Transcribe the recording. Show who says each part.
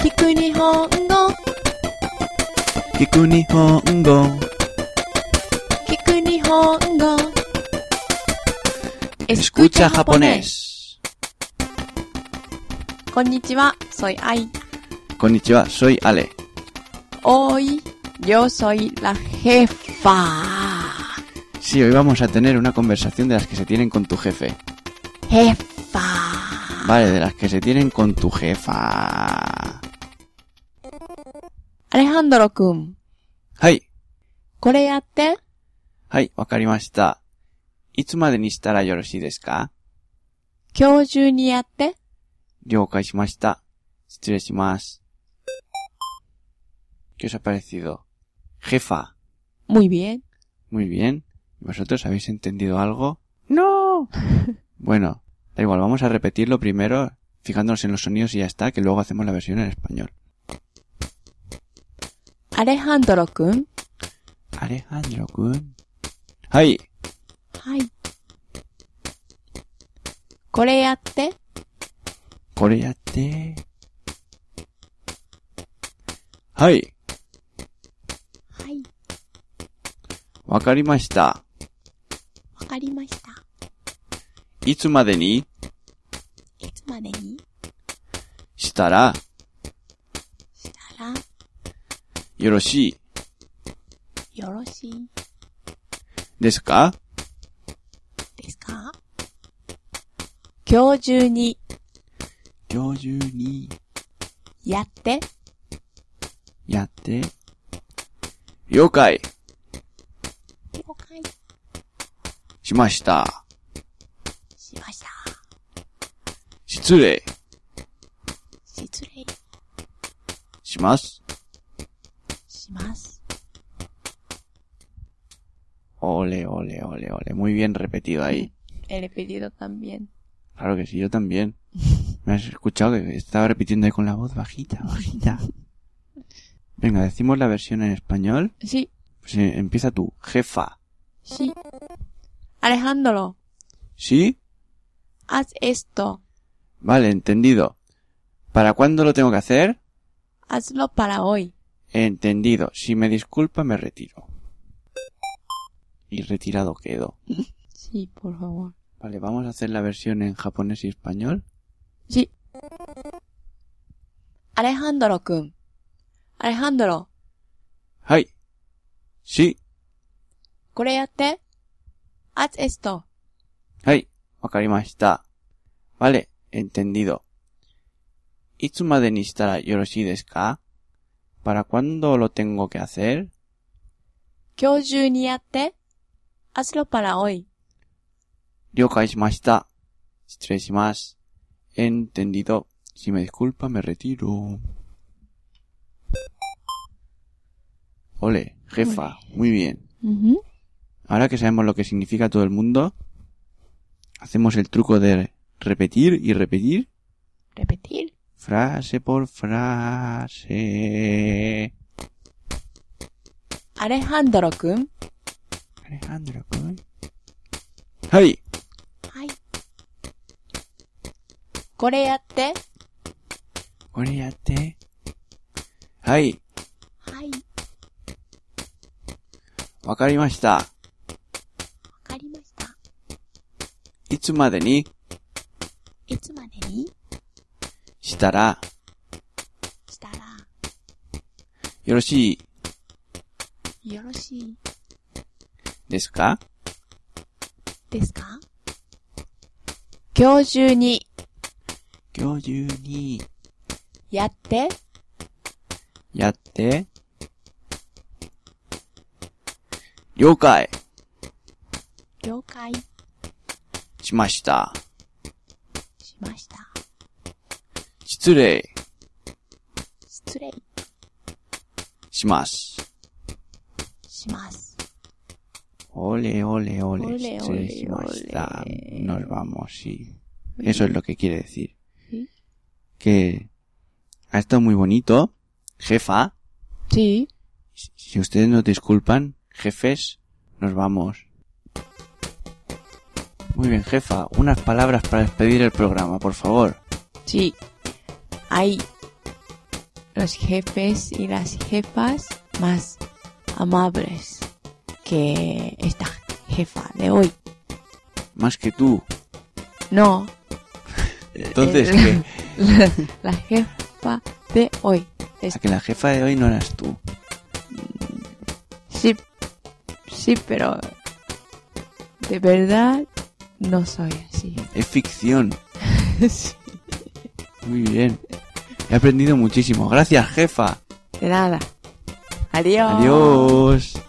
Speaker 1: 聞く日本語
Speaker 2: 聞く日本語
Speaker 1: 聞く日本語
Speaker 2: Escucha japonés
Speaker 1: こんにちは soy Ai
Speaker 2: Konnichiwa, soy Ale
Speaker 1: hoy yo soy la jefa
Speaker 2: Sí, hoy vamos a tener una conversación de las que se tienen con tu jefe
Speaker 1: jefa
Speaker 2: Vale, de las que se tienen con tu jefa
Speaker 1: アレハンドロ君
Speaker 2: はい
Speaker 1: これやって
Speaker 2: はい、わかりましたいつまでにしたらよろしいですか
Speaker 1: 今日中にやって
Speaker 2: 了解しました失礼します ¿Qué os ha parecido? Jefa
Speaker 1: muy bien
Speaker 2: Muy bien. ¿Vosotros habéis entendido algo? ¡No! bueno, da igual, vamos a repetirlo primero, fijándonos en los sonidos y ya está, que luego hacemos la versión en español.
Speaker 1: アレハンドロ君
Speaker 2: Alejandro Kun. ¡Ay!
Speaker 1: はいこれやって
Speaker 2: ¡Coreate! ¡Ay!
Speaker 1: はい
Speaker 2: わかりました。
Speaker 1: わかりました
Speaker 2: いつまでに
Speaker 1: いつまでに
Speaker 2: したら
Speaker 1: したら
Speaker 2: よろしい
Speaker 1: よろしい
Speaker 2: ですか
Speaker 1: ですか今日中に
Speaker 2: 今日中に
Speaker 1: やって
Speaker 2: やって了解
Speaker 1: 了解
Speaker 2: しました。
Speaker 1: しました。
Speaker 2: 失礼
Speaker 1: 失礼
Speaker 2: します。
Speaker 1: します。
Speaker 2: Ole, ole, ole, ole. Muy bien repetido ahí.
Speaker 1: El pedido también.
Speaker 2: Claro que sí, yo también. Me has escuchado que estaba repitiendo ahí con la voz bajita, bajita. Venga, decimos la versión en español.
Speaker 1: Sí,
Speaker 2: Pues eh, empieza tú, jefa.
Speaker 1: sí. Alejandro,
Speaker 2: ¿Sí?
Speaker 1: haz esto.
Speaker 2: Vale, entendido. ¿Para cuándo lo tengo que hacer?
Speaker 1: Hazlo para hoy.
Speaker 2: Entendido. Si me disculpa, me retiro. Y retirado quedo.
Speaker 1: Sí, por favor.
Speaker 2: Vale, vamos a hacer la versión en japonés y español.
Speaker 1: Sí. Alejandro, kun. Alejandro,
Speaker 2: ¡Ay! ¡Sí!
Speaker 1: これやって。haz esto.
Speaker 2: はい、わかりました。vale, entendido. いつまでにしたらよろしいですか ¿Para cuándo lo tengo que hacer?
Speaker 1: 今日中にやって。hazlo para hoy.
Speaker 2: 了解しました。失礼します。entendido. Si me disculpa, me retiro. Ole, jefa. Muy bien. Ahora que sabemos lo que significa todo el mundo, hacemos el truco de repetir y repetir
Speaker 1: Repetir.
Speaker 2: frase por frase.
Speaker 1: Alejandro, kun.
Speaker 2: Alejandro, ¿cómo es? ¡Ay!
Speaker 1: はい。これやって。
Speaker 2: Olvídate. ¡Ay!
Speaker 1: はい。
Speaker 2: わかりました。
Speaker 1: わかりました。
Speaker 2: いつまでに
Speaker 1: いつまでに
Speaker 2: したら
Speaker 1: したら、
Speaker 2: よろしい
Speaker 1: よろしい
Speaker 2: ですか
Speaker 1: ですか今日中に、
Speaker 2: 今日中に
Speaker 1: やって、
Speaker 2: やって。了解
Speaker 1: 了解
Speaker 2: しました。
Speaker 1: しました。
Speaker 2: 失礼
Speaker 1: 失礼
Speaker 2: します。
Speaker 1: します。
Speaker 2: Ole, ole, ole.
Speaker 1: Ole,
Speaker 2: Estrés
Speaker 1: ole,
Speaker 2: y más
Speaker 1: ole.
Speaker 2: da. Nos vamos, sí. Eso es lo que quiere decir.
Speaker 1: Sí.
Speaker 2: Que ha estado muy bonito, jefa.
Speaker 1: Sí.
Speaker 2: Si- Si ustedes nos disculpan, jefes, nos vamos. Muy bien, jefa. Unas palabras para despedir el programa, por favor.
Speaker 1: Sí. Ahí. los jefes y las jefas más amables que esta jefa de hoy.
Speaker 2: Más que tú.
Speaker 1: No,
Speaker 2: Entonces,
Speaker 1: Eh,
Speaker 2: ¿qué?
Speaker 1: la, la jefa de hoy.
Speaker 2: ¿A que la jefa de hoy no eras tú?
Speaker 1: Sí, sí, pero de verdad no soy así.
Speaker 2: Es ficción.
Speaker 1: Sí.
Speaker 2: Muy bien. He aprendido muchísimo. Gracias, jefa.
Speaker 1: De nada. Adiós.
Speaker 2: Adiós.